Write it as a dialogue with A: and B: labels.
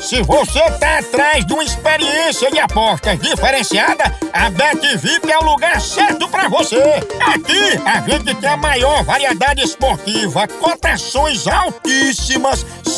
A: Se você tá atrás de uma experiência de apostas diferenciada, a BetVip é o lugar certo pra você. Aqui a gente tem a maior variedade esportiva, cotações altíssimas,